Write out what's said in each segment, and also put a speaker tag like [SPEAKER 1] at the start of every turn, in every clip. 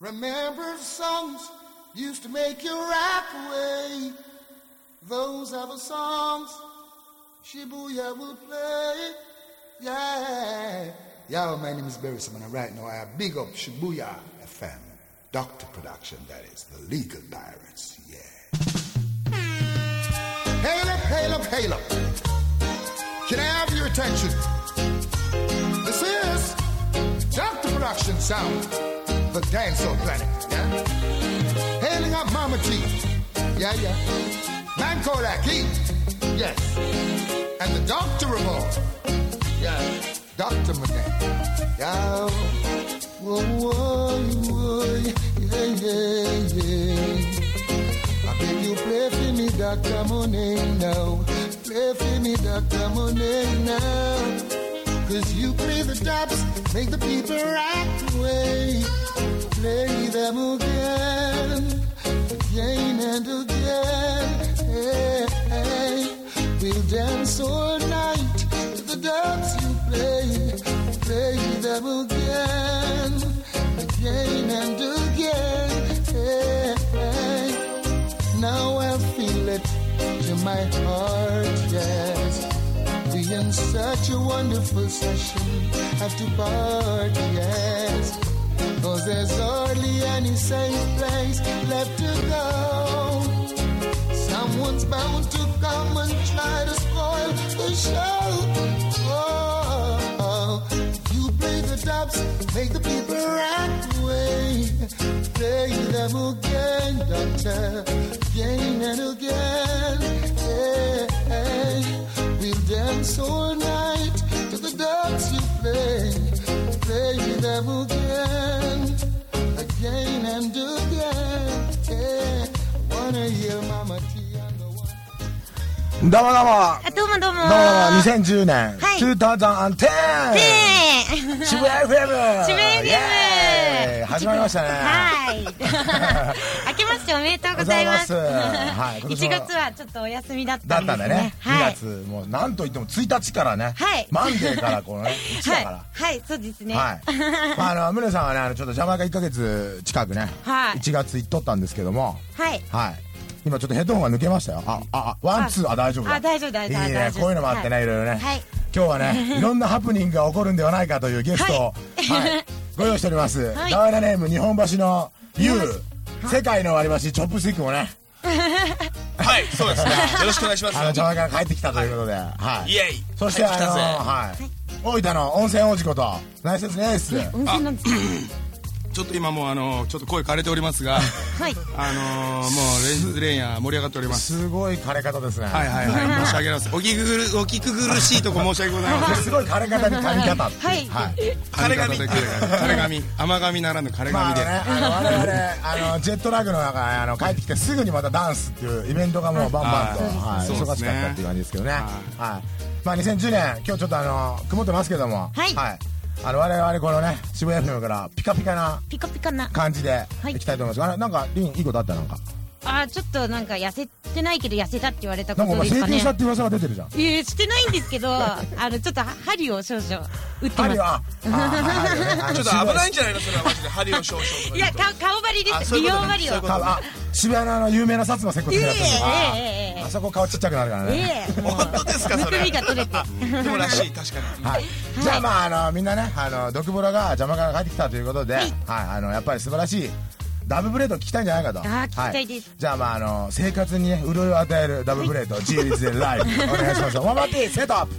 [SPEAKER 1] Remember the songs used to make you rock away. Those are the songs Shibuya will play. Yeah. Y'all, my name is Barry Simon, and right now I have big up Shibuya FM. Doctor Production, that is, the legal pirates. Yeah. Hail up, hail up, hail up. Can I have your attention? This is Doctor Production Sound, the dancehall planet. Yeah? Hailing up Mama G. Yeah, yeah. Man Kodak E. Yes. And the Doctor of all. Yeah. Doctor Manet. Yeah. Whoa, whoa, whoa. Yeah, yeah, yeah. I beg you, play for me, Dr. Monet now. Play for me, Dr. Monet now. Cause you play the tops, make the people rock away. Play them again, again and again. Hey, hey. We'll dance all night to the dance you play. Play them again, again and again. Hey, hey. Now I feel it in my heart, yes being such a wonderful session have to part, yes. Cause there's hardly any safe place left to go. Someone's bound to come and try to spoil the show. Oh, you play the tops, make the people rock away. Play them again, doctor, again and again. Yeah. We'll dance all night to the dance you play. Play them again, again and again. Yeah. Wanna hear Mama T and the one.
[SPEAKER 2] どうもどうもどうも
[SPEAKER 3] あどうもどうも
[SPEAKER 2] 2010年、
[SPEAKER 3] はい
[SPEAKER 2] 2010
[SPEAKER 3] で
[SPEAKER 2] 渋谷 FM
[SPEAKER 3] 渋谷 FM
[SPEAKER 2] イエーイ始まりましたね
[SPEAKER 3] はい。明けましておめでとうございます。
[SPEAKER 2] おめでとうございますはい今
[SPEAKER 3] 1
[SPEAKER 2] 年は
[SPEAKER 3] 月はちょっとお休みだった
[SPEAKER 2] だ
[SPEAKER 3] ん
[SPEAKER 2] っ
[SPEAKER 3] で
[SPEAKER 2] た
[SPEAKER 3] す
[SPEAKER 2] ん
[SPEAKER 3] ね。
[SPEAKER 2] でね、
[SPEAKER 3] は
[SPEAKER 2] 2
[SPEAKER 3] い。
[SPEAKER 2] 月もうなんといっても1日からね、
[SPEAKER 3] はい
[SPEAKER 2] マンデーからこのね1だから、
[SPEAKER 3] はい、はい、そうですね。
[SPEAKER 2] はい。 まあ、あの、ムネさんはね、あの、ちょっとジャマイカ1ヶ月近くね、
[SPEAKER 3] はい
[SPEAKER 2] 1月行っとったんですけども、
[SPEAKER 3] はい
[SPEAKER 2] はい。今ちょっとヘッドホンが抜けましたよ。あ、あ、あワン、ツー、あ、大丈夫だ。
[SPEAKER 3] あ大丈夫大丈夫
[SPEAKER 2] いい
[SPEAKER 3] 大
[SPEAKER 2] ね
[SPEAKER 3] 丈。夫
[SPEAKER 2] こういうのもあって
[SPEAKER 3] は
[SPEAKER 2] ね、
[SPEAKER 3] い
[SPEAKER 2] いろいろね。
[SPEAKER 3] はい
[SPEAKER 2] 今日は ね、いろんなハプニングが起こるんではないかというゲストを、
[SPEAKER 3] は
[SPEAKER 2] はいい。 ご用意しております。
[SPEAKER 3] はい
[SPEAKER 2] ダワイナネーム、日本橋の YOU
[SPEAKER 3] 日本橋。
[SPEAKER 2] 世界の割り箸、チョップスティックもね、
[SPEAKER 4] はい、そうですね。よろしくお願いしま
[SPEAKER 2] あの、
[SPEAKER 4] す
[SPEAKER 2] ジャ。マイカから帰ってきたということで、はい。
[SPEAKER 4] イエイ
[SPEAKER 2] そして、
[SPEAKER 4] 帰っ
[SPEAKER 2] あ
[SPEAKER 4] てき
[SPEAKER 2] の、
[SPEAKER 4] たぜ
[SPEAKER 2] はい。大分の温泉王子こと、内説ねエース。
[SPEAKER 3] 温泉なんですね。
[SPEAKER 4] ちょっと今もうあの、ちょっと声枯れております が、
[SPEAKER 3] はい。
[SPEAKER 4] あのー、もうレンズレイヤー盛り上がっております。
[SPEAKER 2] すごい枯れ方ですね。
[SPEAKER 4] はいはいはい、申し訳ないです。おきくぐる、おきくぐるしいとこ申し訳ございません。
[SPEAKER 2] すごい枯れ方 に髪型ってう
[SPEAKER 3] はい
[SPEAKER 4] 枯
[SPEAKER 2] 髪
[SPEAKER 4] れ髪。枯れ
[SPEAKER 2] 型
[SPEAKER 4] 髪
[SPEAKER 2] で。
[SPEAKER 4] 枯れ髪。甘髪ならぬ枯れ
[SPEAKER 2] まあ
[SPEAKER 4] 髪
[SPEAKER 2] あ
[SPEAKER 4] で
[SPEAKER 2] のね。、あの我々あのジェットラグの中あの帰ってきてすぐにまたダンスっていうイベントがもうバンバンと、
[SPEAKER 4] は
[SPEAKER 2] はい
[SPEAKER 4] いそう
[SPEAKER 2] 忙
[SPEAKER 4] で
[SPEAKER 2] し
[SPEAKER 4] す
[SPEAKER 2] か
[SPEAKER 4] ね
[SPEAKER 2] ったっていう感じですけどね、
[SPEAKER 4] はい
[SPEAKER 2] はいまあ、2010年今日ちょっとあの曇ってますけども、
[SPEAKER 3] はい
[SPEAKER 2] あの我々このね渋谷 FM からピカピカな
[SPEAKER 3] ピカピカな。
[SPEAKER 2] 感じで
[SPEAKER 3] はい
[SPEAKER 2] いきたいと思います、あれなんかリンいいことあったなんか
[SPEAKER 3] あー、ちょっとなんか痩せてないけど痩せたって言われた
[SPEAKER 2] な
[SPEAKER 3] こ
[SPEAKER 2] んかお
[SPEAKER 3] とで
[SPEAKER 2] 前整形
[SPEAKER 3] すかね
[SPEAKER 2] したっ。て噂が出てるじゃん
[SPEAKER 3] いやしてないんで すけど、あの、ちょっと針を少々打ってます
[SPEAKER 2] 針。はあ針はねあの
[SPEAKER 4] ちょっと危ないんじゃないのそれはマジで。針を少々とか
[SPEAKER 3] いや、顔、顔張りで
[SPEAKER 4] あ
[SPEAKER 3] す。
[SPEAKER 4] そう
[SPEAKER 3] 美
[SPEAKER 4] いう
[SPEAKER 3] 容
[SPEAKER 4] ことね
[SPEAKER 3] 張りを
[SPEAKER 4] そういう。こと
[SPEAKER 2] 多分あ渋谷のあの有名な薩摩接骨院だったんですよ
[SPEAKER 3] ええええええ
[SPEAKER 2] ああそこ顔ちっちゃくなるからね、
[SPEAKER 3] ええ、もう
[SPEAKER 4] 本当ですかそれ
[SPEAKER 3] むくみが取れて。
[SPEAKER 4] でもらしい、確かに。
[SPEAKER 2] はい、じゃあまああのみんなねあのドクボラが邪魔から帰ってきたということで、はいあのやっぱり素晴らしいダブブレード聞きたいんじゃないかと
[SPEAKER 3] あー聞きたいです
[SPEAKER 2] はじゃあまああの生活にね潤いを与えるダブブレード自由律でライブお願いします ワンマンティーセットアップ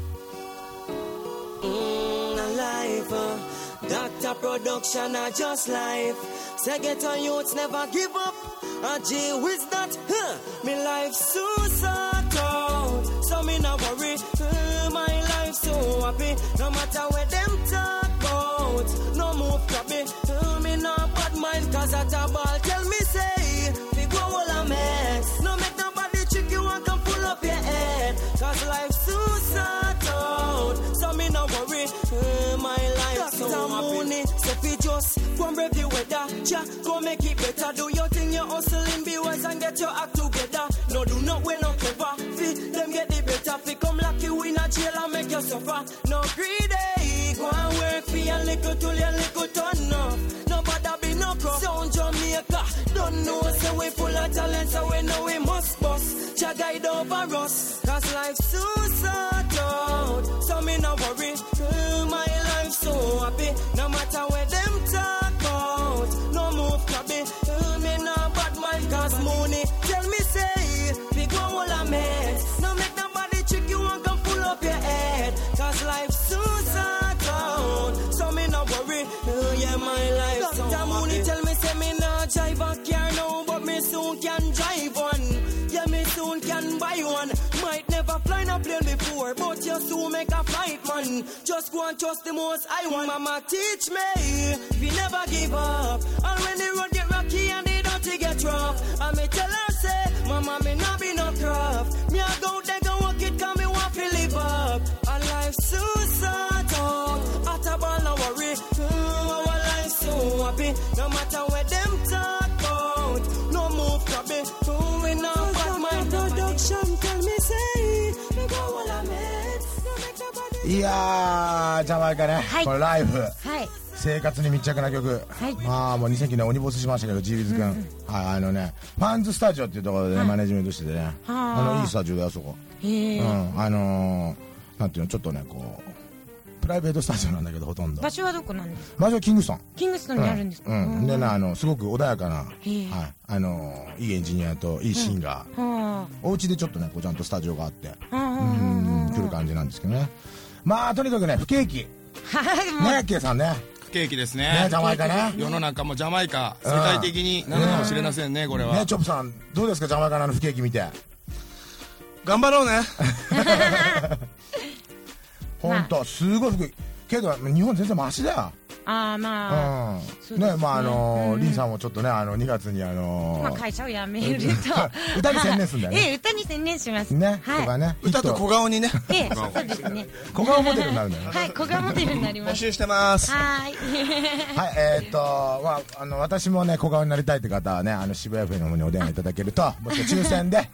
[SPEAKER 5] Mm, alive. uh, Doctor production are just life. Say get on youths never give up. A G with that, huh? Me life so sad out. So me no worry. Mm, my life so happy. No matter where them talk about. No move copy. Mm, me no bad mind cause at a ball. Tell me say. Big all a mess. No make nobody trick you and come pull up your head. Cause life's too sad out. So me no worry. Eh, my life so happy. Money, so fi just go and brave the weather. Ja, go make it better. Do your thing, you're hustling. Be wise and get your act together. No, do not wait, no clever. Fi them get the better. Fi come lock you in a jail and make you suffer. No greedy. Go and work for your little till your little turn off. No bother be no cross. Sound Say we full of talent, so we know we must bust. Jah guide over us, cause life's too short. out. So me no worry, Mm, my life so happy. No matter where them talk about, no move copy. Mm, Me no bad mind, cause money. Tell me say, big one will I mess. No make nobody trick you and come pull up your head, cause life's too short. out. So me no worry, Mm, yeah my life so happy. Money tell me say me no drive a car now, but me soon can drive one. Yeah, me soon can buy one. Might never fly in a plane before, but you soon make a flight, man. Just go and trust the most I want. Mama teach me, we never give up. And when the road get rocky and the dirty get rough, I me tell her say, Mama me not be no craft. Me I go there go walk it, come me want to live up. A life so sad, oh, at a ball no worry. Mm, our life so happy, no matter where them talk about. No move copy, oh, we know what my production tell me say. Me go all I met, no make nobody
[SPEAKER 2] いやージャマイカね、
[SPEAKER 3] はい
[SPEAKER 2] これライフ
[SPEAKER 3] はい。
[SPEAKER 2] 生活に密着な曲、
[SPEAKER 3] はい
[SPEAKER 2] まあもう2009年鬼ボスしましたけどジービズ君、はいあのねパンズスタジオっていうところでね、マネジメントしててね
[SPEAKER 3] あ
[SPEAKER 2] あのいいスタジオであそこ
[SPEAKER 3] へ
[SPEAKER 2] う
[SPEAKER 3] え。
[SPEAKER 2] んあのー、なんていうのちょっとねこうプライベートスタジオなんだけどほとんど
[SPEAKER 3] 場所はどこなんですか
[SPEAKER 2] 場所はキングストン
[SPEAKER 3] キングストンにあるんですか
[SPEAKER 2] うんうんでなあのすごく穏やかな、は
[SPEAKER 3] え
[SPEAKER 2] い、あのーいいエンジニアといいシンガー、
[SPEAKER 3] は
[SPEAKER 2] お家でちょっとねこうちゃんとスタジオがあって
[SPEAKER 3] あ。はあは
[SPEAKER 2] う
[SPEAKER 3] あ
[SPEAKER 2] ん来る感じなんですけどねまあとにかくね不景気ね
[SPEAKER 3] はあ。
[SPEAKER 2] っけいさんね
[SPEAKER 4] 不景気です
[SPEAKER 2] ね
[SPEAKER 4] ね
[SPEAKER 2] ジャマイカね
[SPEAKER 4] 世の中もジャマイカ世界的になるかもしれませんねこれは
[SPEAKER 2] ねチョップさんどうですかジャマイカのあの不景気見て
[SPEAKER 4] 頑張ろうね
[SPEAKER 2] 本当すごい不景気けど日本全然マシだよ
[SPEAKER 3] ああ、まあ。
[SPEAKER 2] うん
[SPEAKER 3] そうです
[SPEAKER 2] ね
[SPEAKER 3] ね
[SPEAKER 2] まああの
[SPEAKER 3] う
[SPEAKER 2] ー
[SPEAKER 3] ん
[SPEAKER 2] リンさんもちょっとねあの2月にあのー。
[SPEAKER 3] まあ会社を辞めると
[SPEAKER 2] 歌に専念すん だよね
[SPEAKER 3] ええ、歌に専念します。
[SPEAKER 2] ねと
[SPEAKER 3] は
[SPEAKER 2] か
[SPEAKER 3] い。
[SPEAKER 2] ね
[SPEAKER 4] 歌と小顔にね
[SPEAKER 3] ええ、そうですね。
[SPEAKER 2] 小顔モデルになるんだよね
[SPEAKER 3] はい、小顔モデルになり
[SPEAKER 4] 募
[SPEAKER 3] ます。
[SPEAKER 4] 集してます
[SPEAKER 3] はーい。
[SPEAKER 2] はい、えーっと、まあ、あの、私もね、小顔になりたいって方はね、あの、渋谷フェの方にお電話いただける と、もしくは抽選で、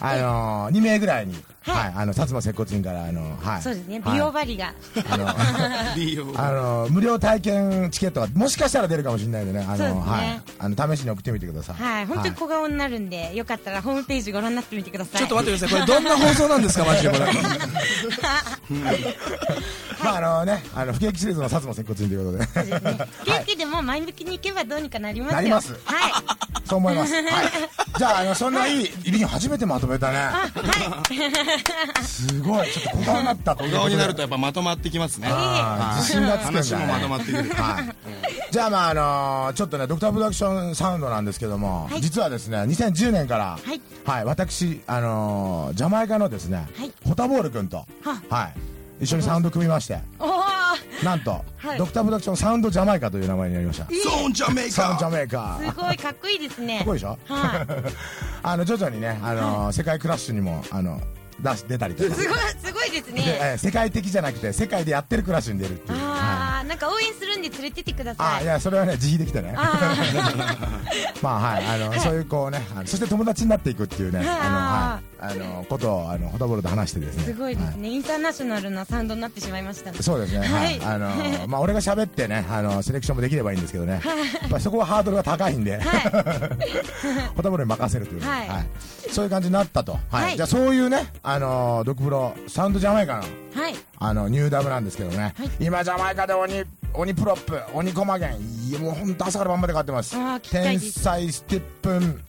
[SPEAKER 2] あのー、2名ぐらいに、は、
[SPEAKER 3] はい
[SPEAKER 2] あの、薩摩接骨院から、あの、はい。
[SPEAKER 3] そうですね、
[SPEAKER 2] はい
[SPEAKER 3] 美容針が。
[SPEAKER 2] あの、
[SPEAKER 4] 理由を
[SPEAKER 2] あの無料体験チケットは、もしかしたら出るかもしれないんでね、あの、
[SPEAKER 3] そうですね
[SPEAKER 2] はい。あの、試しに送ってみてください。
[SPEAKER 3] はい、本当に小顔になるんで、よかったらホームページご覧になってみてください。
[SPEAKER 4] ちょっと待ってくださいこれどんな放送なんですかマ ジでこれ
[SPEAKER 2] まあ、あのね、あの、不景気シリーズの薩摩接骨院ということで、
[SPEAKER 3] そうですね。元気でも前向きに行けばどうにかなりますよ。
[SPEAKER 2] なります
[SPEAKER 3] はい。
[SPEAKER 2] そう思い ます。はい。じゃあ、あの、そんないい、リン初めてまとめたね。すごい、ちょっと小顔になった。小
[SPEAKER 4] 小顔になるとやっぱまとまってきますね
[SPEAKER 2] あー自信がつくんだ、ね、
[SPEAKER 4] 話もまとまってくる
[SPEAKER 2] はいじゃあまああのーちょっとねドクタープロダクションサウンドなんですけども、
[SPEAKER 3] はい
[SPEAKER 2] 実はですね2010年から
[SPEAKER 3] はい
[SPEAKER 2] 私あのージャマイカのですね、
[SPEAKER 3] はい
[SPEAKER 2] ホタボール君と
[SPEAKER 3] は
[SPEAKER 2] はい一緒にサウンド組みまして
[SPEAKER 3] おお、
[SPEAKER 2] なんと、
[SPEAKER 3] はい
[SPEAKER 2] ドクタープロダクションサウンドジャマイカという名前になりました
[SPEAKER 4] ソーンジャメイ
[SPEAKER 2] サウンドジ
[SPEAKER 4] カ
[SPEAKER 2] ャマイカ
[SPEAKER 3] すごいかっこいいですね。
[SPEAKER 2] すごいでしょ、
[SPEAKER 3] はい。
[SPEAKER 2] あの徐々にね、あのー世界クラッシュにもあの出し出たりとか
[SPEAKER 3] すごい、すごいです
[SPEAKER 2] で
[SPEAKER 3] ね。
[SPEAKER 2] えー世界的じゃなくて世界でやってるクラッシュに出るっていうはい
[SPEAKER 3] ああ、なんか応援するんで連れてってくだ
[SPEAKER 2] あ
[SPEAKER 3] さ
[SPEAKER 2] い
[SPEAKER 3] い。
[SPEAKER 2] やそれはね自費できてね
[SPEAKER 3] あ
[SPEAKER 2] まあはいあのそういうこうねあのそして友達になっていくっていうねあのは
[SPEAKER 3] あ
[SPEAKER 2] いあのことをあのほたぼると話してですね
[SPEAKER 3] すごいで
[SPEAKER 2] は
[SPEAKER 3] すね。インターナショナルなサウンドになってしまいましたね。
[SPEAKER 2] そうですねはい
[SPEAKER 3] はい
[SPEAKER 2] あのまあ俺が喋ってねあのセレクションもできればいいんですけどねやっぱりそこはハードルが高いんでほたぼるに任せるというね
[SPEAKER 3] はい
[SPEAKER 2] はいそういう感じになったとは
[SPEAKER 3] はいい
[SPEAKER 2] じゃあそういうねあのドクプロサウンドジャマイカの
[SPEAKER 3] はい。
[SPEAKER 2] あのニューダムなんですけどね、
[SPEAKER 3] はい
[SPEAKER 2] 今ジャマイカで鬼鬼プロップ鬼コマゲンいやもう本当朝から晩まで買ってます
[SPEAKER 3] あー聞きたい
[SPEAKER 2] 天
[SPEAKER 3] です
[SPEAKER 2] 才ステップン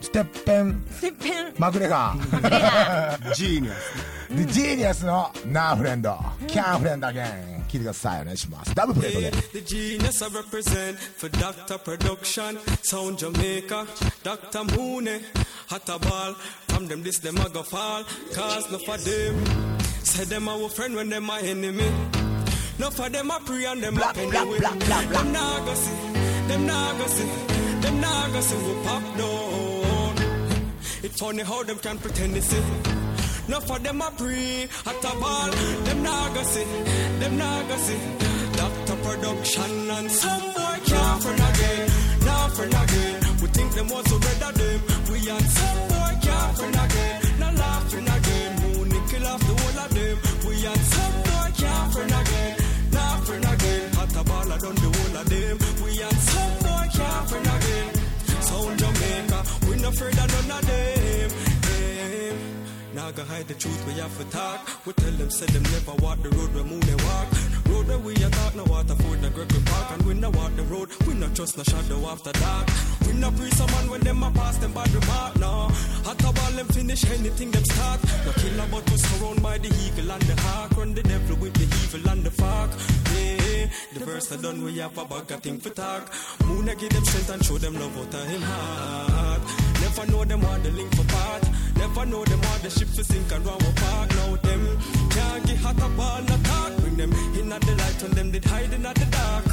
[SPEAKER 2] ステッペン
[SPEAKER 3] すっぺん。
[SPEAKER 2] マグレガ ー
[SPEAKER 4] ジーニアス
[SPEAKER 2] でジーニアスのナーフレンドキャンフレンドアゲン聞いてくださいお願いしますダブルプレートで
[SPEAKER 5] Eh, The genius I represent for Dr. Production, Sound Jamaica, Dr. Mooney, Hot a ball. From them this them a go fall, cause no for them. Say them a our friend when them a enemy. No for them a pray and them a penny with. Them nah go see, them nah go see, them nah go see we pop down. It's funny how them can pretend they see. No for them a pre at a ball. Them nah go see, them nah go see. Doctor production and some boy can't friend again, nah friend again. We think them was so red them. We had some boy can't friend again, nah laughing again. Moon kill off the whole of them. We had some boy can't friend again, nah friend again. At a ball I done the whole of them. We had some boy can't friend again. Sound Jamaica. lie, the truth we have to talk. We tell them, say them never walk the road, we move they walk. Road that we are talk, no water for the grip we park. And we no walk the road, we no trust no shadow after dark. We no pre someone when them a pass them bad remark, no. Hot a ball, them finish anything them start. No killer, but was surrounded by the eagle and the hawk. Run the devil with the evil and the fuck. Yeah, the verse I done, we have a bag of thing for talk. Moon, I give them strength and show them love out of him heart. Never know them want the link for part. Never know them want the ship to sink and run apart. Now them can't get hot up on the talk. Bring them in at the light when them did hide in at the dark.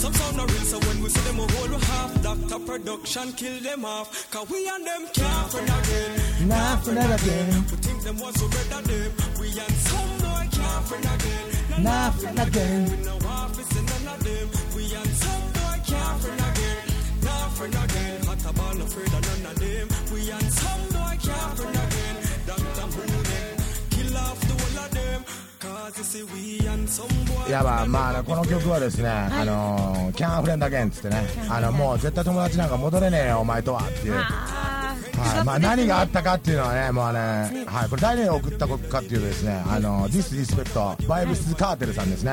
[SPEAKER 5] Some sound no real, so when we see them, we hold we half. Doctor production kill them off. Cause we and them can't for again.
[SPEAKER 2] Not for that again.
[SPEAKER 5] We think them was so better them. We and some boy can't for again.
[SPEAKER 2] Not for that again.
[SPEAKER 5] We no office and none of them. We and some boy can't for again. Not for again. Hot up on the afraid of none of them. We and some boy can't for again. Doctor who them. Kill off the whole of them. Cause you see we and some boy.
[SPEAKER 2] いやまあまあこの曲はですね、あのー、キャンフレンだけんっつってね、あのもう絶対友達なんか戻れねえよお前とはっていう。
[SPEAKER 3] あー
[SPEAKER 2] はい、まあ何があったかっていうのはね、もうね、はい、これ誰に送ったかっていうとですね、あの、ディスリスペクト、バイブスカーテルさんですね、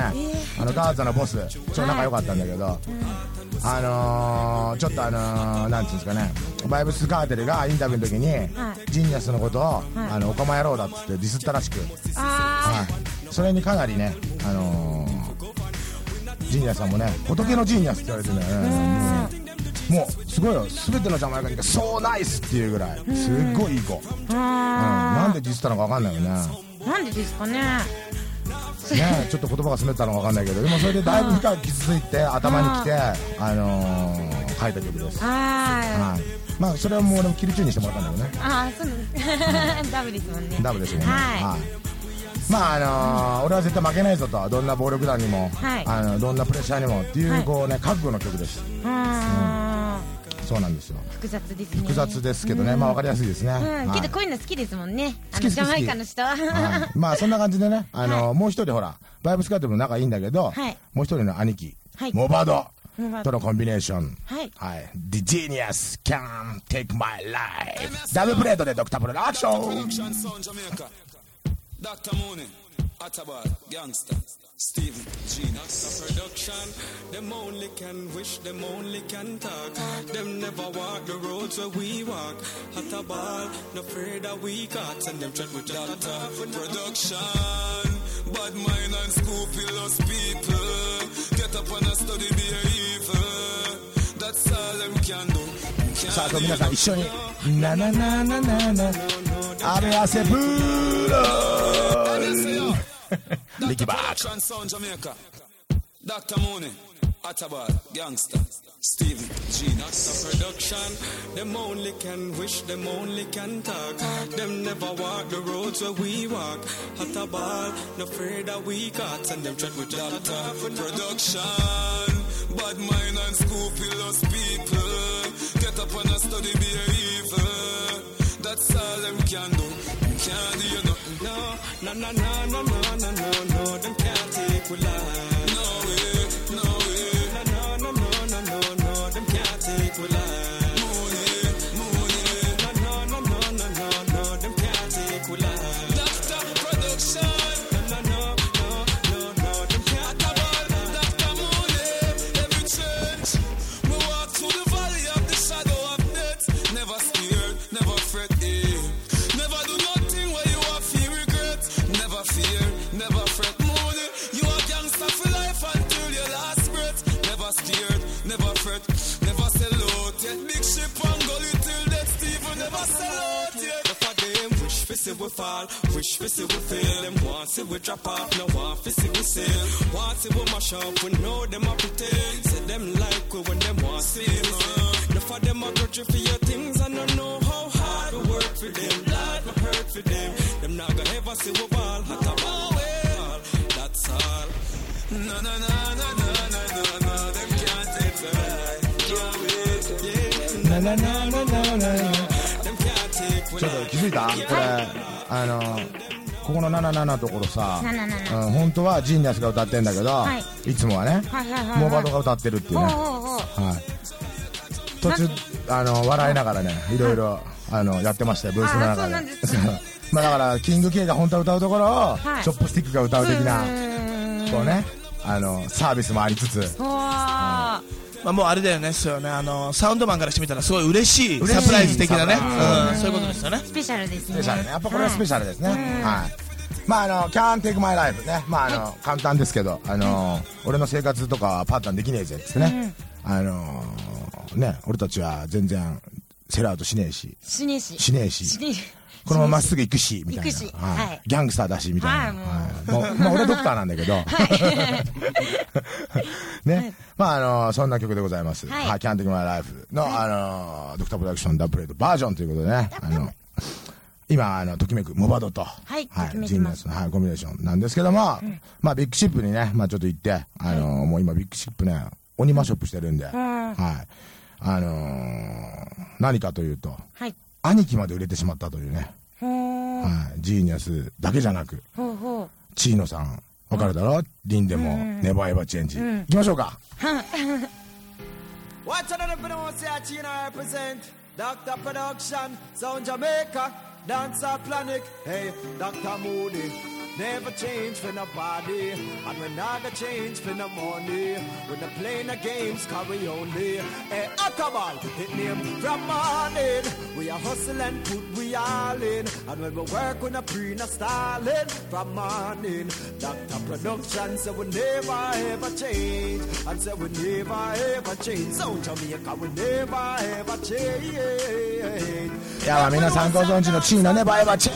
[SPEAKER 2] あの、ガーザのボス、ちょっと仲良かったんだけど、あのー、ちょっとあのー、なんていうんですかね、バイブスカーテルがインタビューの時に、ジーニアスのことを、あの、お釜野郎だっつってディスったらしく、
[SPEAKER 3] あ
[SPEAKER 2] はい、それにかなりね、あのー、ジーニアスさんもね、仏のジーニアスって言われてるんだよね。もうすごいよ全てのジャマイカ人が「そうナイス!」っていうぐらいすっごいいい子、うん、
[SPEAKER 3] ーあ
[SPEAKER 2] なんでディスったのか分かんないよね
[SPEAKER 3] ーなんでですかね
[SPEAKER 2] ねちょっと言葉が滑ったのか分かんないけどでもそれでだいぶ深く傷ついて頭にきてあのー、書いた曲ですは
[SPEAKER 3] あ
[SPEAKER 2] いまあそれはもう俺もキルチューンにしてもらったんだけどね
[SPEAKER 3] ーあーそうなんですダブルですもんね
[SPEAKER 2] ダブルですよね
[SPEAKER 3] はい
[SPEAKER 2] まああのー俺は絶対負けないぞとどんな暴力団にも、
[SPEAKER 3] はい
[SPEAKER 2] あのどんなプレッシャーにもっていう、
[SPEAKER 3] はい
[SPEAKER 2] こうね覚悟の曲です
[SPEAKER 3] いあ
[SPEAKER 2] そうなんですよ
[SPEAKER 3] ー複雑ですね
[SPEAKER 2] 複雑ですけどね、まあ分かりやすいですね、
[SPEAKER 3] うん、
[SPEAKER 2] はい
[SPEAKER 3] けどこういうの好きですもんね。あ
[SPEAKER 2] 好き
[SPEAKER 3] の
[SPEAKER 2] 好き
[SPEAKER 3] ジ
[SPEAKER 2] 好き
[SPEAKER 3] ャマイカの人は。
[SPEAKER 2] はい、まあそんな感じ でね、あのもう一人ほら、バイブスカートも仲いいんだけど、
[SPEAKER 3] はい
[SPEAKER 2] もう一人の兄貴、
[SPEAKER 3] はい
[SPEAKER 2] モバド
[SPEAKER 3] モバ
[SPEAKER 2] と
[SPEAKER 3] ド
[SPEAKER 2] のコンビネーション、
[SPEAKER 3] はい
[SPEAKER 2] はい、The Genius Can Take My Life、ダブルプレートでドクタープロダクション
[SPEAKER 6] Production Sound Jamaica. Dr. Mooney, Atabal, Gangster, Steven, Genius.
[SPEAKER 5] production. Them only can wish, them only can talk. Them never walk the roads where we walk. Hot a ball, no afraid that we got. And them tread with that talk.
[SPEAKER 6] Production, bad mind and scrupulous people. Get up and a study be a evil. That's all them can do.
[SPEAKER 2] さあ、皆さん一緒に、なななななな、アベアセプーロ Lick
[SPEAKER 6] Dr.
[SPEAKER 2] it back.
[SPEAKER 6] Production Sound Jamaica. Dr. Mooney, Atabal, Gangster, Steven, Genius.
[SPEAKER 5] Production, them only can wish, them only can talk. Them never walk the roads where we walk. Hot a ball, no afraid that we got. And them tread with that talk.
[SPEAKER 6] Production, bad mind and scrupulous people. Get up and a study be a evil. That's all them can do. Can't do you nothing.
[SPEAKER 5] No, no, no, no, no, no, no, no, no. Them can't take we life.
[SPEAKER 6] No way, no way.
[SPEAKER 5] No, no, no, no, no, no, no, them can't take we life.
[SPEAKER 6] Mooney, Mooney.
[SPEAKER 5] No, no, no, no, no, no, no, them can't take we life.
[SPEAKER 6] Doctor Production.
[SPEAKER 5] No, no, no, no, no, no, them can't take we
[SPEAKER 6] Atabal, Dr. Mooney. Every church. We walk through the valley of the shadow of death. Never scared, never fret. Eh. Never do nothing where you are fear regret. Never fear, never fret. Mooney, you are gangster for life until your last breath. Never scared, never fret. Never sell out. Yet big ship and gully till death. Stephen never sell out. Yet.
[SPEAKER 5] If I them wish for see we fall, wish for see we fail. Them want see we drop off, no want for see we sail. Want see we mash up, we know them a pretend. Say them like we when them want see we sail. No for them a grudge for your things, I don't know how hard we work for them. Lord, we hurt for them. Them not gonna ever see we fall, hot a ball. That's all.
[SPEAKER 6] No, no, no, no, no, no, no, no. Them can't take the life. Can't wait.
[SPEAKER 5] Yeah,
[SPEAKER 2] なななななな
[SPEAKER 5] them can't take we
[SPEAKER 2] ちょっと気づいたこれ、あのここの77のところさ、
[SPEAKER 3] 77
[SPEAKER 2] うん、本当はジーニアスが歌ってんだけど、、
[SPEAKER 3] はい
[SPEAKER 2] つもはね、
[SPEAKER 3] はいはいはいはい
[SPEAKER 2] モバドが歌ってるっていう
[SPEAKER 3] おう
[SPEAKER 2] ね、
[SPEAKER 3] おうおう
[SPEAKER 2] はい、途中あの笑いながらねいろいろあのやってましたよブースの
[SPEAKER 3] あ
[SPEAKER 2] 中
[SPEAKER 3] そう
[SPEAKER 2] で
[SPEAKER 3] なんですか
[SPEAKER 2] まあだから、キング K が本当は歌うところを、
[SPEAKER 3] はい
[SPEAKER 2] チョップスティックが歌う的な、
[SPEAKER 3] ーん
[SPEAKER 2] こうね、あの、サービスもありつつ、
[SPEAKER 3] ほわ
[SPEAKER 4] まあ、もうあれだよねそうよねあのサウンドマンからしてみたらすごい嬉しい
[SPEAKER 2] 嬉しい
[SPEAKER 4] サプライズ的なね
[SPEAKER 2] サプライ
[SPEAKER 4] うん、そういうことですよね
[SPEAKER 3] ースペシャルです
[SPEAKER 2] ス
[SPEAKER 3] ね
[SPEAKER 2] ペシャルね。やっぱこれはスペシャルですね。
[SPEAKER 3] は
[SPEAKER 2] はいい
[SPEAKER 3] うん。
[SPEAKER 2] まああの、Can Take My Life ね。まああの、簡単ですけど、あの、俺の生活とかはパターンできねえぜっつってね。あの、ね、俺たちは全然セラートしねえし、
[SPEAKER 3] しねえし
[SPEAKER 2] しねえし
[SPEAKER 3] しねえ
[SPEAKER 2] このまままっすぐ行くし、みたい
[SPEAKER 3] 行くし
[SPEAKER 2] な。は
[SPEAKER 3] はい
[SPEAKER 2] いギャングスターだし、みたいな。
[SPEAKER 3] は
[SPEAKER 2] はいもう、まあ俺はドクターなんだけど。 ね。まああの、そんな曲でございます。
[SPEAKER 3] はい
[SPEAKER 2] はい。Can Take My Life の、あの、ドクタープロダクションダブルレードバージョンということでね。あの、今、あの、ときめくモバドと、
[SPEAKER 3] いときめきます
[SPEAKER 2] ジンナスの、はい、コンビネーションなんですけども、まあ、ビッグシップにね、まあ、ちょっと行って、あのーもう今、ビッグシップね、鬼マショップしてるんで、はい。あのー何かというと、
[SPEAKER 3] はい
[SPEAKER 2] 兄貴まで売れてしまったというね、
[SPEAKER 3] ほー
[SPEAKER 2] はい、ジーニアスだけじゃなく、
[SPEAKER 3] ほうほう
[SPEAKER 2] チーノさん、わかるだろリンでも、ネバーエバーチェンジ。行きましょうか。
[SPEAKER 7] Watch another pronunciation, Chino represent Dr. Production, Sound Jamaica, Dancer Planet, hey, Dr. Moody. Never change for nobody, and we never change for no money. We're not playing the games, carry only. Hey, Akabal, hit name from morning. We are hustle and put we all in, and when we work on a pre no stalling from morning. Dr. Production, so we never ever change, and so we never ever change. So Jamaica, we never ever change.
[SPEAKER 2] いや、まあ皆さんご存知のチーノネバーエバーチェ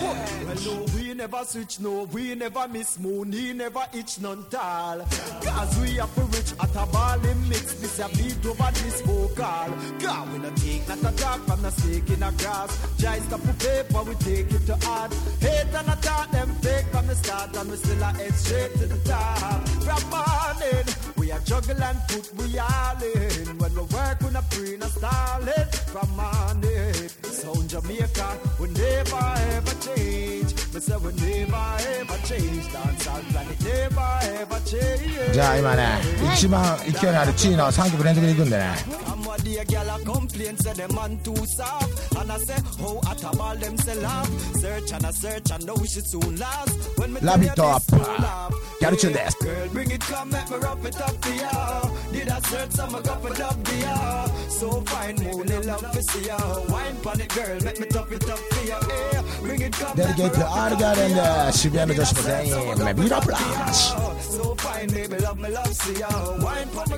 [SPEAKER 2] ンジ。
[SPEAKER 7] Well, no, we never switch, no, we never miss moon, he never itch none tall. Cause we are for rich at a ball in mix, this a beat over this vocal. God, we not take not a talk from the snake in a grass. Jice the for paper, we take it to art. Hate and attack them fake from the start, and we still are head straight to the top. From morning, we are juggle and put we all in. When we work, we not pre, not stalling. From morning, sound Jamaica, we never ever change. Me say we never ever change. Dance all planet never ever change.
[SPEAKER 2] じゃあ今ね、一番勢いのあるチーノ3曲連続で行くんでね。
[SPEAKER 7] I'm a dear gal a complain say them man too soft And I say how at a ball them say laugh Search and I search and now she soon last When me
[SPEAKER 2] Love
[SPEAKER 7] tell
[SPEAKER 2] it
[SPEAKER 7] you
[SPEAKER 2] up.
[SPEAKER 7] this, you laugh.
[SPEAKER 2] Get it to
[SPEAKER 7] Yeah.
[SPEAKER 2] this.
[SPEAKER 7] Girl bring it come let me wrap it up for ya Did I search some I cup it up for ya So fine moon they love to see ya Wine pan it girl make me top it up for ya yeah. Bring it come let me
[SPEAKER 2] Dedicate to
[SPEAKER 7] wrap
[SPEAKER 2] all the
[SPEAKER 7] it up
[SPEAKER 2] girls
[SPEAKER 7] for
[SPEAKER 2] in
[SPEAKER 7] ya.
[SPEAKER 2] the 渋谷の女子も全員、メビーラブラッシュ。
[SPEAKER 7] So fine, baby, love me, love, see ya. Wine for my girl.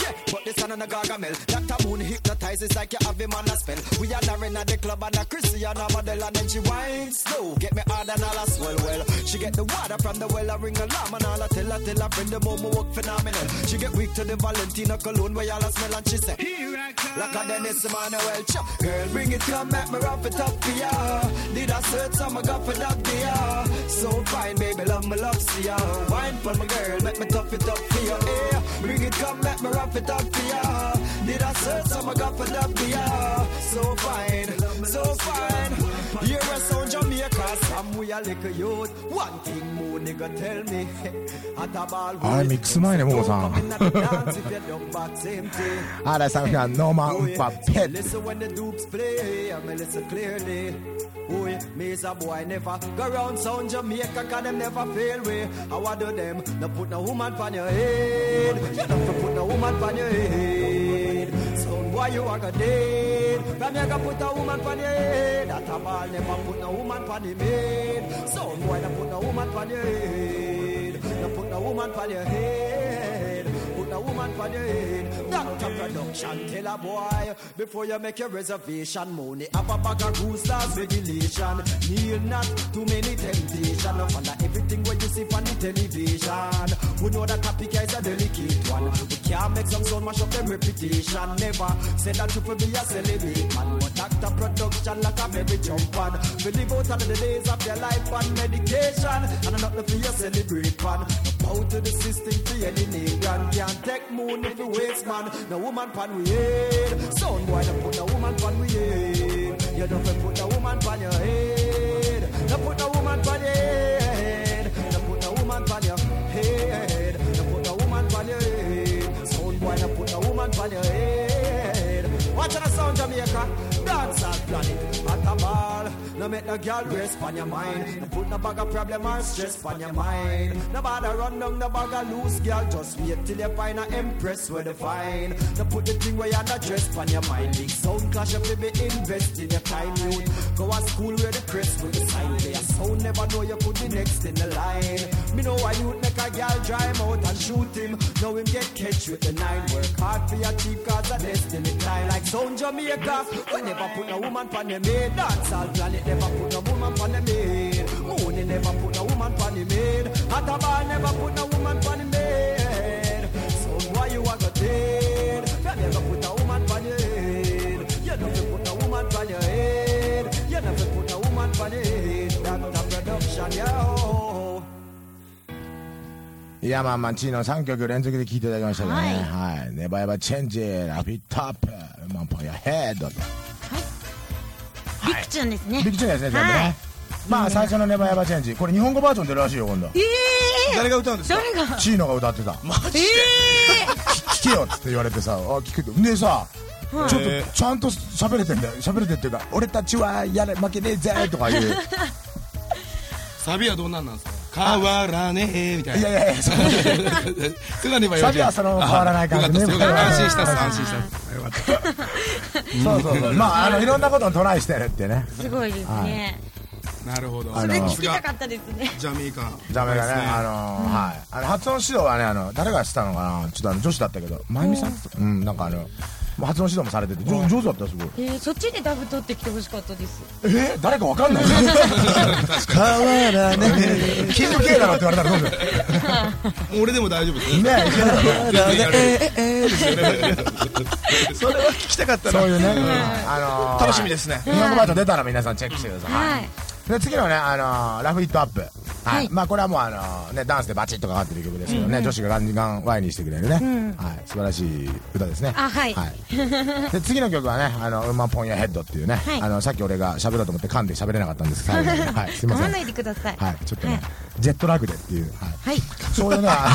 [SPEAKER 7] Yeah, but this another gargamel. Dr. Moon hypnotizes like you have him on a spell. We are Darren at the club and a Chrissy and a model and then she whines slow. Get me hard and all a swell well. She get the water from the well, I ring alarm and all I tell her tell her friend the momo work phenomenal. She get weak to the Valentino cologne where all I smell and she say, Here I come. Like a Dennis Manuel. Ch- Girl, bring it come make me rough it up for ya. Did I search some I got for that ya? So fine, baby, love me, love, see ya. Wine for my girl, make me tough it up for ya. Yeah, bring it come make me rough it up for ya. Did I search some I got for that ya? So fine, so fine. Here I sound Jamaica, some we a little youth. One thing more nigga tell me. At a ball,
[SPEAKER 2] I mix mine, eh, Momo-san.
[SPEAKER 7] Don't come in at the dance if you don't box empty.
[SPEAKER 2] アライさんフィンノーマンウッパペッ
[SPEAKER 7] Listen when the Dukes play, I me listen clearly. Oh, yeah, me is a boy never go round sound Jamaica, can them never fail me. I want do them, no put no woman on your head. You don't fi put no woman on your head. Sound boy, you are gonna dead. From you gonna put a woman on your head. That a ball never put no woman on your head. Sound boy, no put no woman on your head. No put no woman on your head. Put a woman for the head. Doctor production, tell a boy. Before you make your reservation, money have a bag of rules, laws, regulation. Kneel not too many temptation. No follow everything what you see on the television. We know that topic is a delicate one. We can't make some sound mash up them reputation. Never said that you could be a celebrity man. But doctor production, like a baby jump on. We live out of the days of your life on medication. And I'm not the for your celebrate pan. Out to the system to any nigga Can't take moon if you waste man No woman pan we head Son boy don't put no woman pan we head You don't fit put no woman pan your head Don't put no woman pan your head Don't put no woman pan your head Don't put no woman pan your head Son boy don't put no woman pan your head Watch the sound Jamaica
[SPEAKER 8] dance
[SPEAKER 7] Dance
[SPEAKER 8] all planet. At a ball, no make no girl rest on your mind. No put no bag of problem or stress on your mind. No bother run down the bag of loose girl. Just wait till you find a empress where the find. No put the thing where you're not dressed on your mind. Big sound clash up, baby, invest in your time, youth. Go to school where the crest with the sign. They are so never know you could be next in the line. Me know why you make a girl drive out and shoot him. Now him get catch with the nine. Work hard for your cheap cause a destiny time. Like sound Jamaica. We never put no woman on the maid. Dance all planet never put no woman on the maid. Mooney never put no woman on the maid. At a bar never put no woman on the maid. So why you are got dead? You never put a woman on your head. You never put a woman on your head. You never put a woman on your head. That's a production, yo.
[SPEAKER 2] いやまあマンチーノ3曲連続で聴いていただきましたけどね
[SPEAKER 3] はい
[SPEAKER 2] はい「ネバエバチェンジラフィットアップマンパイアヘッド」と
[SPEAKER 3] ビクちゃんですね。
[SPEAKER 2] ビクチューンですね全部
[SPEAKER 3] は
[SPEAKER 2] ねまあ最初の「ネバエバチェンジ」これ日本語バージョン出るらしいよ今度
[SPEAKER 3] い。ええ
[SPEAKER 7] 誰が歌うんですか
[SPEAKER 3] 誰が
[SPEAKER 2] チーノが歌ってた
[SPEAKER 7] マジ
[SPEAKER 3] え
[SPEAKER 7] で
[SPEAKER 2] 聞けよっつって言われてさあ聞くとでさちょっとちゃんと喋れてんだよ喋れてっていうか俺たちはやれ負けねえぜとか言う
[SPEAKER 4] サビはどんなんなんですか変わらねえみたいない
[SPEAKER 2] やいやいやその
[SPEAKER 4] それがねばよ
[SPEAKER 2] サビはその変わらない感じね
[SPEAKER 4] ねよかったですよかったです安心したっす
[SPEAKER 2] はい
[SPEAKER 4] 安心したっす
[SPEAKER 2] そうそうそうまああのいろんなことをトライしてるってね
[SPEAKER 3] ーすごいですね。
[SPEAKER 4] なるほど
[SPEAKER 2] あ
[SPEAKER 3] それ
[SPEAKER 2] の
[SPEAKER 3] 聞きたかったですね。
[SPEAKER 4] ジャメイカ
[SPEAKER 2] ダメだね
[SPEAKER 4] です
[SPEAKER 2] あのーはいあの発音指導はねあの誰がしたのかなちょっとあの女子だったけどまゆみさんうんなんかあの発音指導もされてて上上手だったよすごい
[SPEAKER 3] えー、そっちにダブ取ってきてほしかったです。
[SPEAKER 2] えー誰かわかんない変わらねえ金属系だろって言われたらどうする
[SPEAKER 4] もう俺でも大丈夫です
[SPEAKER 2] ねえいけるだろ
[SPEAKER 7] それは聞きたかった
[SPEAKER 2] そう
[SPEAKER 7] な
[SPEAKER 2] いうね、あのー
[SPEAKER 7] 楽しみですね
[SPEAKER 2] 日本語バージョン出たら皆さんチェックしてください。
[SPEAKER 3] はい
[SPEAKER 2] で次のね、あのーラフイットアップ。はい。
[SPEAKER 3] はい
[SPEAKER 2] まあこれはもうあのーね、ダンスでバチッとかかってる曲ですけどね、女子がガンガンワイにしてくれるね、はい。素晴らしい歌ですね。
[SPEAKER 3] あはい
[SPEAKER 2] で、次の曲はね、あの、ウーマンポンヤヘッドっていうね、
[SPEAKER 3] はい
[SPEAKER 2] あの、さっき俺が喋ろうと思って噛んで喋れなかったんですけど、最後に はい。すい
[SPEAKER 3] 噛
[SPEAKER 2] ま
[SPEAKER 3] ま
[SPEAKER 2] せん。
[SPEAKER 3] ないでください。
[SPEAKER 2] はい。ちょっとね、
[SPEAKER 3] はい
[SPEAKER 2] ジェットラグでっていう、はい。
[SPEAKER 3] はい。
[SPEAKER 2] そういうね、あ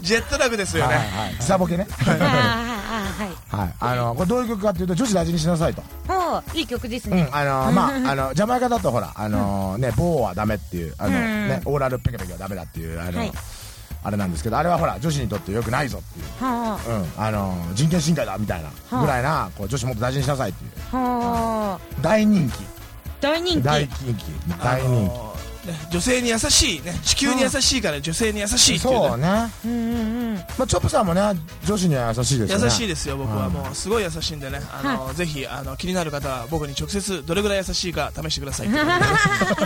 [SPEAKER 7] ジェットラグですよ
[SPEAKER 2] はい
[SPEAKER 7] ね
[SPEAKER 2] はい。時差ボケね。
[SPEAKER 3] あーあー、あー
[SPEAKER 2] は
[SPEAKER 3] はい。
[SPEAKER 2] い。あの、これどういう曲かっていうと、女子大事にしなさいと。
[SPEAKER 3] おーいい曲です
[SPEAKER 2] うん
[SPEAKER 3] ね。
[SPEAKER 2] あのーまあ、あの、ジャマイカだとほら、あのーね、棒はダメっていう、あの、ね、オーラルペケペケはダメだっていう、あの、
[SPEAKER 3] はい
[SPEAKER 2] あれなんですけど、あれはほら、女子にとって良くないぞっていう、
[SPEAKER 3] は
[SPEAKER 2] うん、あのー人権侵害だみたいな、ぐらいな、こう、女子もっと大事にしなさいっていう。
[SPEAKER 3] あ、はあ、
[SPEAKER 2] 大人
[SPEAKER 3] 大人
[SPEAKER 2] 気、
[SPEAKER 3] 気。
[SPEAKER 2] 大人気、大人
[SPEAKER 7] もうね女性に優しいね地球に優しいから女性に優しい
[SPEAKER 2] 気。
[SPEAKER 7] っていう
[SPEAKER 2] そう
[SPEAKER 7] ね
[SPEAKER 2] ね。
[SPEAKER 3] うんうんうん。
[SPEAKER 2] まあ、チョップさんもね、女子には優しいですよね。
[SPEAKER 7] 優しいですよ僕
[SPEAKER 2] う
[SPEAKER 7] は
[SPEAKER 2] ん
[SPEAKER 7] もうすごい優しいんでねあのぜひあの気になる方は僕に直接どれぐらい優しいか試してください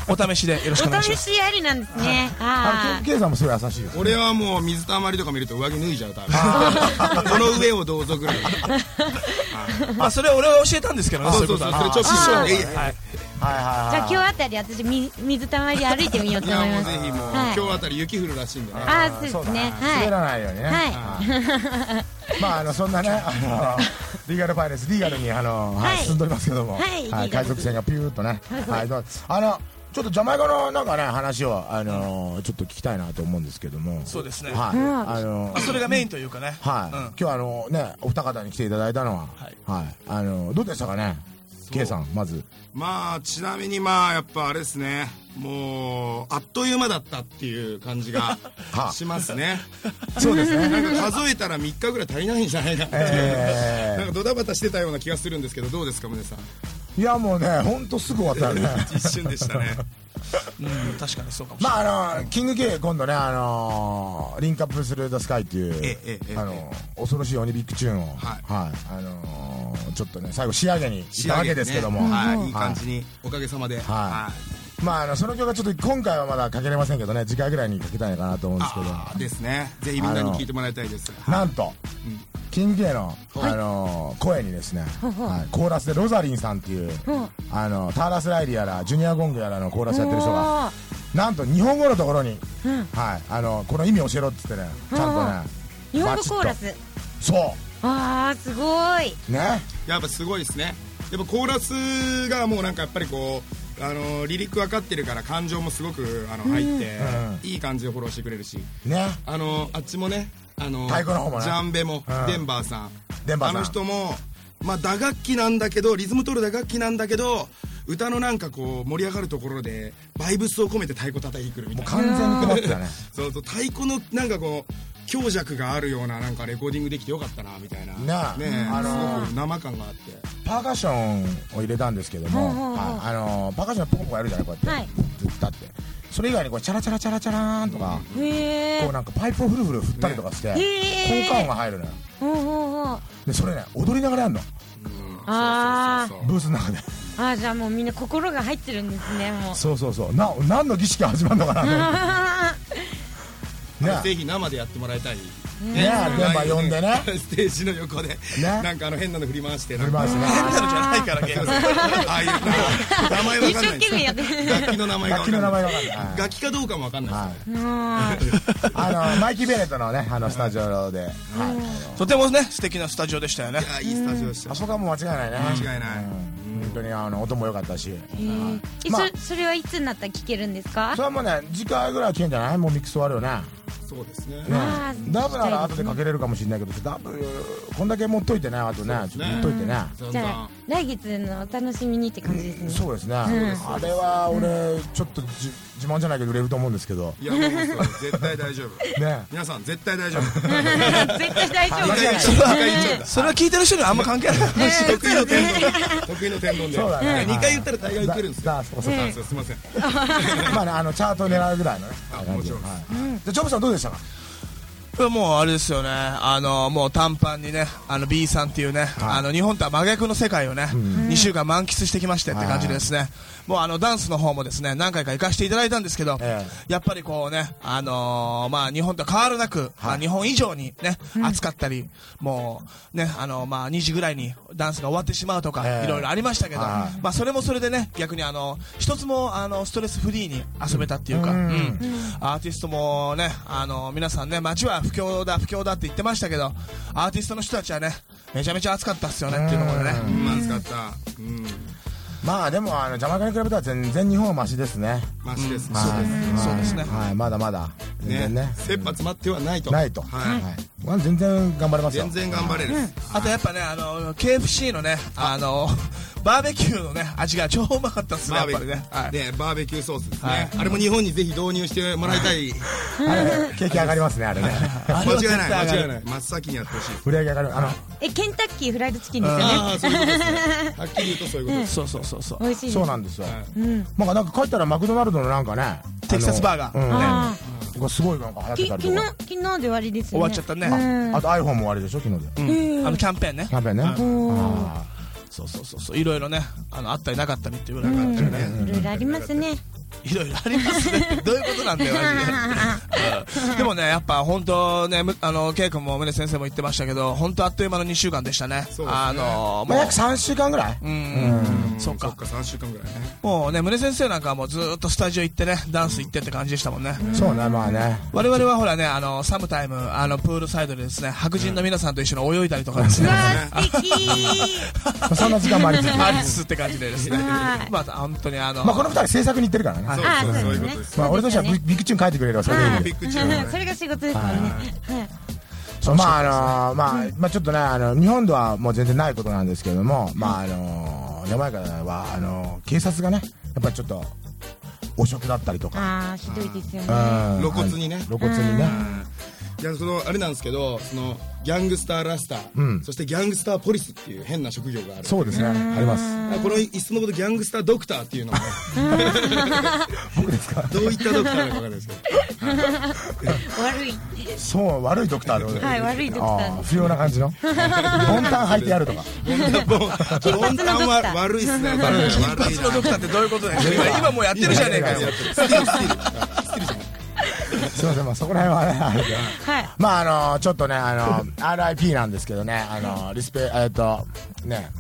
[SPEAKER 7] お試しでよろしくお願
[SPEAKER 3] お
[SPEAKER 7] いし
[SPEAKER 3] 試
[SPEAKER 7] ます
[SPEAKER 3] しありなんですね。
[SPEAKER 2] あ
[SPEAKER 3] あ
[SPEAKER 2] ケイケイさんもすごい優しいです、ね。
[SPEAKER 4] 俺はもう水たまりとか見ると上着脱いじゃうタイプこの上をどうぞぐらい
[SPEAKER 7] まあそれは俺は教えたんですけどね
[SPEAKER 4] そ
[SPEAKER 7] そうう
[SPEAKER 4] そ
[SPEAKER 7] いううこ
[SPEAKER 4] そ
[SPEAKER 7] と
[SPEAKER 4] うそ
[SPEAKER 7] は
[SPEAKER 4] れちょっと一緒にいやいや
[SPEAKER 7] はい
[SPEAKER 2] はいはい
[SPEAKER 3] あ。
[SPEAKER 2] はい。
[SPEAKER 3] じゃあ今日あたり私み水たまり歩いてみようと
[SPEAKER 4] い
[SPEAKER 3] 思い
[SPEAKER 4] やも
[SPEAKER 3] ま
[SPEAKER 4] う
[SPEAKER 3] す
[SPEAKER 4] ぜ。ひもう、
[SPEAKER 3] はい
[SPEAKER 4] 今日あたり雪降るらしいんでね
[SPEAKER 3] あーそうですね。
[SPEAKER 2] だな
[SPEAKER 3] は
[SPEAKER 2] 滑
[SPEAKER 3] い。
[SPEAKER 2] らないようにね。
[SPEAKER 3] はい。
[SPEAKER 2] まあ、あのそん なね、あのリーガルパイレーツ、リーガルにあの、はい
[SPEAKER 3] はい
[SPEAKER 2] 進んでおりますけども、
[SPEAKER 3] はいリーガ
[SPEAKER 2] 海
[SPEAKER 3] ル
[SPEAKER 2] 賊船がピューっとね、
[SPEAKER 3] はい
[SPEAKER 2] はいどうあのちょっとジャマイカのなんかね、話を、あのちょっと聞きたいなと思うんですけども、
[SPEAKER 7] そうですね
[SPEAKER 2] はい、
[SPEAKER 3] うん
[SPEAKER 2] あの
[SPEAKER 7] まあそれがメインというかね
[SPEAKER 2] はい、
[SPEAKER 7] うん
[SPEAKER 2] 今日あのね、お二方に来ていただいたのは、は
[SPEAKER 7] はいい、
[SPEAKER 2] あのどうでしたかね、ケイさん、まず、
[SPEAKER 4] まあちなみにまあやっぱあれですねもうあっという間だったっていう感じが
[SPEAKER 2] はあ
[SPEAKER 4] しますね
[SPEAKER 2] そうですね、
[SPEAKER 4] なんか数えたら3日ぐらい足りないんじゃないかっていう、
[SPEAKER 2] え
[SPEAKER 4] なんかドタバタしてたような気がするんですけどどうですか宗さん
[SPEAKER 2] ー、いやもうね、本当すぐ終わった よね。
[SPEAKER 4] 一瞬でしたね
[SPEAKER 7] うん確かにそうかもしれない
[SPEAKER 2] まああのキング K 今度ねあのリンクアップする「ザ・スカイっていう、
[SPEAKER 4] ええええ
[SPEAKER 2] あの恐ろしい鬼ビッグチューンを、は
[SPEAKER 4] はいい
[SPEAKER 2] あのちょっとね最後仕上げ にいたわけですけども、
[SPEAKER 4] 仕上げ
[SPEAKER 2] は
[SPEAKER 4] ね
[SPEAKER 2] い
[SPEAKER 4] はい、いい感じにおかげさまで、はい
[SPEAKER 2] まああのその曲はちょっと今回はまだかけれませんけどね次回ぐらいにかけたいかなと思うんですけ
[SPEAKER 4] あー
[SPEAKER 2] ど
[SPEAKER 4] ですねぜひみんなに聞いてもらいたいです
[SPEAKER 2] なんと、キング K の、あの声にですね、はい、コーラスでロザリンさんっていう、あのターラス・ライリーやらジュニア・ゴングやらのコーラスやってる人が。
[SPEAKER 3] おー
[SPEAKER 2] なんと日本語のところに、はい、あのこの意味教えろっつってねちゃんとね
[SPEAKER 3] 日本語コーラ
[SPEAKER 2] バチ
[SPEAKER 3] ス。
[SPEAKER 2] ッとそ
[SPEAKER 3] ああすごい。
[SPEAKER 2] うね
[SPEAKER 4] やっぱすごいですねやっぱコーラスがもうなんかやっぱりこうあのリリック分かってるから感情もすごくあの入って、
[SPEAKER 2] うん
[SPEAKER 4] いい感じでフォローしてくれるし
[SPEAKER 2] ね
[SPEAKER 4] あのあっちもねあの
[SPEAKER 2] 太鼓の方もね
[SPEAKER 4] ジャンベも、
[SPEAKER 2] うん
[SPEAKER 4] デンバーさん
[SPEAKER 2] デンバーさん
[SPEAKER 4] あの人もまあ、打楽器なんだけどリズム取る打楽器なんだけど歌のなんかこう盛り上がるところでバイブスを込めて太鼓叩いてくるみたいな
[SPEAKER 2] 完全に困ってたね
[SPEAKER 4] そうそう太鼓のなんかこう強弱があるようななんかレコーディングできてよかったなみたいな
[SPEAKER 2] なあ
[SPEAKER 4] ねえ
[SPEAKER 2] あのー
[SPEAKER 4] すごく生感があって
[SPEAKER 2] パーカッションを入れたんですけども、はいあのーパーカッションポコポコやるじゃないこうやって、ずっと立ってそれ以外にこうチャラチャラチャラチャラーンとか、
[SPEAKER 3] へえ
[SPEAKER 2] こうなんかパイプをフルフル振ったりとかして、
[SPEAKER 3] へー
[SPEAKER 2] 効果音が入るのよ
[SPEAKER 3] ほうほうほう
[SPEAKER 2] でそれね踊りながらやるの
[SPEAKER 3] あー
[SPEAKER 2] ブースの中で
[SPEAKER 3] あーじゃあもうみんな心が入ってるんですねもう
[SPEAKER 2] そうそうそうな何の儀式が始まるのかなと思って
[SPEAKER 3] あ
[SPEAKER 2] ね
[SPEAKER 4] ぜひ生でやってもらいたいね
[SPEAKER 2] ねメンバー呼んでね
[SPEAKER 4] ステージの横で、なんかあの変なの振り回してなん
[SPEAKER 2] 振り回
[SPEAKER 4] か
[SPEAKER 2] してね
[SPEAKER 7] 変なのじゃないからね
[SPEAKER 4] そうそうああいうなんか名前
[SPEAKER 3] ー
[SPEAKER 4] わ
[SPEAKER 3] 一
[SPEAKER 4] かん
[SPEAKER 3] 生
[SPEAKER 4] な
[SPEAKER 3] 懸
[SPEAKER 4] いです
[SPEAKER 3] 命やってる
[SPEAKER 4] 楽器の名前がわ
[SPEAKER 2] 楽器の
[SPEAKER 4] か
[SPEAKER 2] 名
[SPEAKER 4] んな
[SPEAKER 2] 前
[SPEAKER 4] い
[SPEAKER 2] が分かんない
[SPEAKER 4] 楽器かどうかもわかんないですね、
[SPEAKER 2] はい
[SPEAKER 3] あー
[SPEAKER 2] あのマイキー・ベネットのねあのスタジオで、はい、
[SPEAKER 7] とてもね素敵なスタジオでしたよね
[SPEAKER 4] いやいいスタジオでした
[SPEAKER 2] あそこはもう間違いないね
[SPEAKER 4] 間違いない
[SPEAKER 2] うん本当にあの音も良かったし、
[SPEAKER 3] へーえ
[SPEAKER 2] まあ
[SPEAKER 3] そそれはいつになったら聞けるんですか
[SPEAKER 2] それはもうね次回ぐらいは消えんじゃないもうミックス終わるよね
[SPEAKER 4] そうですね
[SPEAKER 3] あー
[SPEAKER 2] ダブなら後でかけれるかもしれないけどダブこんだけ持っといてねあとねちょっと持っといてね
[SPEAKER 3] じゃあ来月のお楽しみにって感じですね、
[SPEAKER 2] そうですね、あれは俺ちょっとじ自慢じゃないけど売れると思うんですけど
[SPEAKER 4] いやもうそう絶対大丈夫
[SPEAKER 2] ね
[SPEAKER 4] 皆さん絶対大丈 夫
[SPEAKER 3] 絶対大丈夫
[SPEAKER 2] 間違いない
[SPEAKER 7] それは
[SPEAKER 4] 二回言っちゃうんだ
[SPEAKER 7] それは聞いてる人にはあんま関係ない
[SPEAKER 4] 得意の天丼得意の天丼で
[SPEAKER 2] そうだね
[SPEAKER 4] 2回言ったら大概受けるんですよ
[SPEAKER 2] だだそう そう
[SPEAKER 4] なんですよすいません
[SPEAKER 2] まあねあのチャートを狙うぐらいのね
[SPEAKER 4] あもちろん
[SPEAKER 2] はいじゃあチョブさんどうでしたか
[SPEAKER 7] これもうあれですよね、あのもう短パンにね、あの B さんっていうね、あの日本とは真逆の世界をね、2週間満喫してきましてって感じでですね、もうあのダンスの方もですね、何回か行かせていただいたんですけど
[SPEAKER 2] え、
[SPEAKER 7] やっぱりこうね、あのーまあ日本と変わらなく、まあ日本以上にね、暑かったり、もうね、あのまあ2時ぐらいにダンスが終わってしまうと
[SPEAKER 2] え
[SPEAKER 7] か、
[SPEAKER 2] え
[SPEAKER 7] いろいろありましたけど、
[SPEAKER 2] は
[SPEAKER 7] ま
[SPEAKER 2] い
[SPEAKER 7] あそれもそれでね、逆にあの一つもあのストレスフリーに遊べたっていうか、
[SPEAKER 2] うん
[SPEAKER 7] うんアーティストもね、あの、皆さんね、街は不況だ、不況だって言ってましたけど、アーティストの人たちはね、めちゃめちゃ暑かったっすよねっていうところでね。
[SPEAKER 4] まずかったうん
[SPEAKER 2] まあでもあのジャマイカに比べたら全然日本はマシですね
[SPEAKER 4] マシです
[SPEAKER 2] はいはい
[SPEAKER 7] そうですね
[SPEAKER 2] はいまだまだ全
[SPEAKER 4] ね
[SPEAKER 2] 然ね
[SPEAKER 4] 切羽詰まってはないと
[SPEAKER 2] ないと
[SPEAKER 4] はい
[SPEAKER 2] はいまあ全然頑張れますよ
[SPEAKER 4] 全然頑張れる
[SPEAKER 7] あとやっぱね、あの、KFC のね、あの、バーベキューのね、味が超うまかったっすね、や
[SPEAKER 4] バー
[SPEAKER 7] っ
[SPEAKER 4] ベキ
[SPEAKER 7] ぱり
[SPEAKER 4] ュ
[SPEAKER 7] ね。は
[SPEAKER 4] ー
[SPEAKER 7] い。
[SPEAKER 4] でバーベキューソースです
[SPEAKER 7] はい
[SPEAKER 4] ねあれも日本にぜひ導入してもらいたい
[SPEAKER 2] あれ景気上がりますねあれね
[SPEAKER 7] あ
[SPEAKER 4] 間
[SPEAKER 7] れは
[SPEAKER 4] 違い
[SPEAKER 7] 絶
[SPEAKER 4] ない
[SPEAKER 7] 対上が
[SPEAKER 4] 間
[SPEAKER 7] る
[SPEAKER 4] 違いない真っ先にやってほしいです
[SPEAKER 2] 売り上げ上がるあの
[SPEAKER 3] えケンタッキーフライドチキンですよね
[SPEAKER 4] ああそういうことですね はっきり言うとそういうことです
[SPEAKER 7] そうそうそうそう。
[SPEAKER 3] 美味しいです
[SPEAKER 2] そうなんですよ、なんかなんか帰ったらマクドナルドのなんかね
[SPEAKER 7] テキサスバーガー
[SPEAKER 2] ー
[SPEAKER 3] あ
[SPEAKER 2] うんこれすごいなんか流行っ
[SPEAKER 3] き
[SPEAKER 2] てた
[SPEAKER 3] 昨
[SPEAKER 2] り
[SPEAKER 3] 日
[SPEAKER 2] とか
[SPEAKER 3] 昨日で終わりですよ
[SPEAKER 7] 終
[SPEAKER 3] ね
[SPEAKER 7] わっちゃったね。
[SPEAKER 2] あと iPhone も終わりでしょ昨日でキ
[SPEAKER 7] あの、キャンペーンね。
[SPEAKER 2] ャンペーンねあ
[SPEAKER 7] そうそうそうそう。いろいろね、あの、あったりなかったりっていうぐらいあってね。
[SPEAKER 3] いろいろありますね
[SPEAKER 7] いろいろあります ね。どういうことなんだよ、マジでうん。でもね、やっぱ本当ね、むあの、ケイ君も宗先生も言ってましたけど、本当あっという間の2週間でしたね。
[SPEAKER 4] そうですね
[SPEAKER 7] あの、
[SPEAKER 2] ーま
[SPEAKER 7] も
[SPEAKER 2] あ
[SPEAKER 7] う
[SPEAKER 2] 約、3週間ぐらい
[SPEAKER 7] うん、そっ
[SPEAKER 4] そ
[SPEAKER 7] か
[SPEAKER 4] っ。か3週間ぐらいね
[SPEAKER 7] もうね、宗先生なんかはもうずーっとスタジオ行ってね、ダンス行ってって感じでしたもんね。
[SPEAKER 2] そうねまあね
[SPEAKER 7] 我々はほらね、あの、サムタイム、あの、プールサイドでですね、白人の皆さんと一緒に泳いだりとかですね。
[SPEAKER 3] わあ素 敵
[SPEAKER 2] まあそんな時間もあ りつつま
[SPEAKER 7] アリスって感じでですね。
[SPEAKER 3] はい
[SPEAKER 7] まあ、本当にあの、
[SPEAKER 2] あこの2人制作に行ってるからね
[SPEAKER 4] そう
[SPEAKER 3] あ
[SPEAKER 4] そう
[SPEAKER 3] ー
[SPEAKER 4] そう
[SPEAKER 3] そう
[SPEAKER 4] い
[SPEAKER 3] で
[SPEAKER 4] う
[SPEAKER 3] すね
[SPEAKER 4] ことです
[SPEAKER 2] まあ、俺としては
[SPEAKER 3] そう
[SPEAKER 2] ビビッグチューン書いてくれればそれでいいんで
[SPEAKER 4] ビッグチューン
[SPEAKER 3] それが仕事ですもんねはい
[SPEAKER 2] そうまああのーまあ、まあちょっとねあの日本ではもう全然ないことなんですけれども、まああのージャマイカはあのー警察がねやっぱりちょっと汚職だったりとか、
[SPEAKER 3] ああひどいですよね
[SPEAKER 2] うん
[SPEAKER 4] 露骨にね
[SPEAKER 2] 露骨にね、
[SPEAKER 4] いやそのあれなんですけどそのギャングスターラスター、
[SPEAKER 2] うん
[SPEAKER 4] そしてギャングスターポリスっていう変な職業がある
[SPEAKER 2] そうですねあります
[SPEAKER 4] あこのいっそのことギャングスタードクターっていうのもね
[SPEAKER 2] 僕ですか
[SPEAKER 4] どういったドクターなのかわかんない ですけど
[SPEAKER 3] 悪い
[SPEAKER 2] そう悪いドクターでございます
[SPEAKER 3] はい悪いドクター
[SPEAKER 2] あー不要な感じのボンタン履いてやる とか
[SPEAKER 4] 金
[SPEAKER 3] 髪のドクター
[SPEAKER 4] は悪いっすね金
[SPEAKER 7] 金髪のドクターってどういうことだよ。今今もうやってるじゃねえかよ。
[SPEAKER 2] すいません、まあ、そこら辺はねあれで
[SPEAKER 3] はい
[SPEAKER 2] まああのちょっとね あの RIP なんですけどねあのリスペえーっとね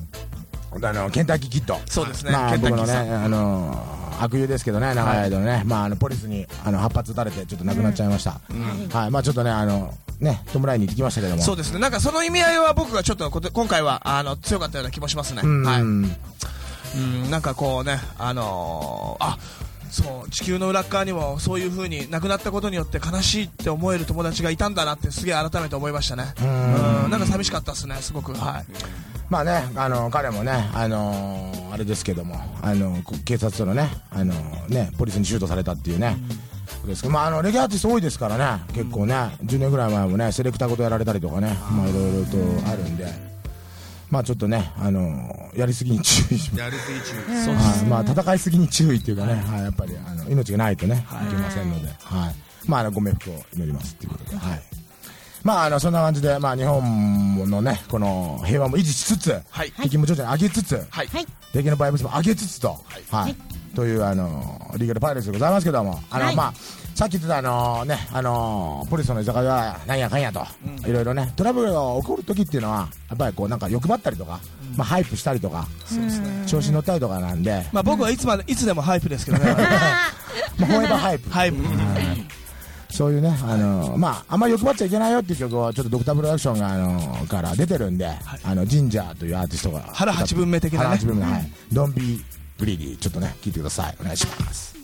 [SPEAKER 2] あのケンタッキーキッド
[SPEAKER 7] そうですね
[SPEAKER 2] まあ
[SPEAKER 7] ケンタッ
[SPEAKER 2] 僕
[SPEAKER 7] キー
[SPEAKER 2] のね
[SPEAKER 7] さ
[SPEAKER 2] あの悪友ですけどね長い間のね、まああのポリスにあの発発撃たれてちょっと亡くなっちゃいました、はいまあちょっとねあのね弔いに行ってきましたけども
[SPEAKER 7] そうですね。なんかその意味合いは僕がちょっとこと今回はあの強かったような気もしますね。
[SPEAKER 2] うん、
[SPEAKER 7] はい。うん、なんかこうね、あのーあそう地球の裏っ側にもそういう風に亡くなったことによって悲しいって思える友達がいたんだなってすげえ改めて思いましたねうんなんか寂しかったですねすごくはい
[SPEAKER 2] まあね、あの彼もね、あのあれですけども、あのこ警察とのね、あのね、ポリスにシュートされたっていうね。ことですけどまあ、あのレギュアーティスト多いですからね、結構ね、10年ぐらい前もね、セレクターごとやられたりとかね、まあ、いろいろとあるんで、まあ、ちょっとね、あのやりすぎに注意します
[SPEAKER 4] やる気一
[SPEAKER 2] はいまあ、戦いすぎに注意っていうかね、はい、やっぱりあの命がないとね、いけませんので、はいまあ、あのご冥福を祈りますということで、はいまあ、あのそんな感じで、まあ、日本のねこの平和も維持しつつ、
[SPEAKER 7] はい
[SPEAKER 2] 敵も徐々に上げつつ、
[SPEAKER 7] はい
[SPEAKER 3] はい。
[SPEAKER 2] 敵のバイブスも上げつつと、はいというあのリーガルパイレーツでございますけども、あの
[SPEAKER 3] はい
[SPEAKER 2] まあ、さっき言ってたあの、ねあのポリスの居酒屋はなんやかんやと、いろいろねトラブルが起こるときっていうのはやっぱりこうなんか欲張ったりとか、まあ、ハイプしたりとか、調子に乗ったりとかなんで、
[SPEAKER 7] まあ僕はいつまでいつでもハイプですけどね
[SPEAKER 2] まあ、フォーエバーハイプ、
[SPEAKER 7] ハイプ
[SPEAKER 2] そういうね、あのまあ、あんまり欲張っちゃいけないよっていう曲を、ちょっとドクタープロダクションが、あのから出てるんで、あの、ジンジャーというアーティストが。
[SPEAKER 7] 腹八分目的なね
[SPEAKER 2] 腹八分目、はい。Don't be greedy。ちょっとね、聞いてください。お願いします。